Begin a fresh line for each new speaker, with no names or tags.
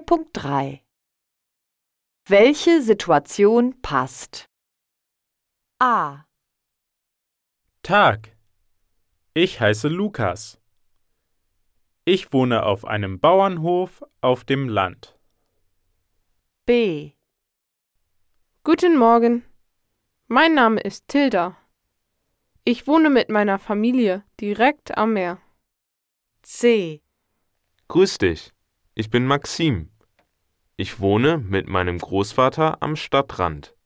4.3 Welche Situation passt? A.
Tag. Ich heiße Lukas. Ich wohne auf einem Bauernhof auf dem Land.
B.
Guten Morgen. Mein Name ist Tilda. Ich wohne mit meiner Familie direkt am Meer.
C.
Grüß dich, ich bin Maxim. Ich wohne mit meinem Großvater am Stadtrand.